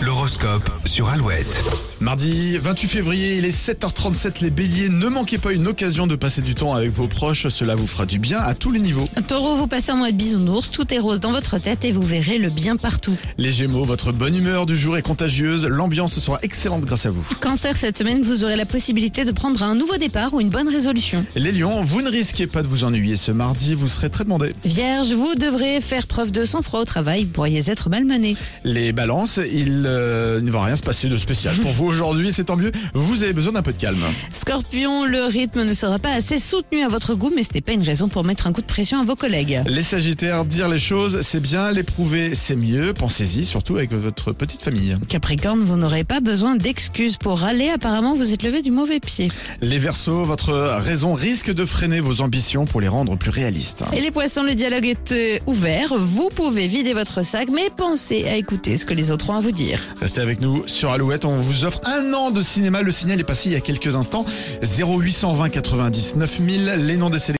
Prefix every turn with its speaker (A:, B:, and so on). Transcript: A: L'horoscope sur Alouette.
B: Mardi 28 février, il est 7h37 les béliers. Ne manquez pas une occasion de passer du temps avec vos proches, cela vous fera du bien à tous les niveaux.
C: Taureau, vous passez un mois de bisounours, tout est rose dans votre tête et vous verrez le bien partout.
B: Les gémeaux, votre bonne humeur du jour est contagieuse, l'ambiance sera excellente grâce à vous.
C: Cancer, cette semaine, vous aurez la possibilité de prendre un nouveau départ ou une bonne résolution.
B: Les lions, vous ne risquez pas de vous ennuyer ce mardi, vous serez très demandé.
C: Vierge, vous devrez faire preuve de sang-froid au travail, vous pourriez être malmené.
B: Les balances, il euh, ne va rien se passer de spécial. Pour vous aujourd'hui, c'est tant mieux, vous avez besoin d'un peu de calme.
C: Scorpion, le rythme ne sera pas assez soutenu à votre goût, mais ce n'est pas une raison pour mettre un coup de pression à vos collègues.
B: Les sagittaires, dire les choses, c'est bien, l'éprouver, c'est mieux, pensez-y, surtout avec votre petite famille.
C: Capricorne, vous n'aurez pas besoin d'excuses pour râler, apparemment vous êtes levé du mauvais pied.
B: Les versos, votre raison risque de freiner vos ambitions pour les rendre plus réalistes.
C: Et les poissons, le dialogue est euh, ouvert, vous pouvez vider votre sac, mais pensez à écouter ce que les autres ont à vous dire.
B: Restez avec nous sur Alouette, on vous offre un an de cinéma, le signal est passé il y a quelques instants, 0820 90 9000, les noms des sélections.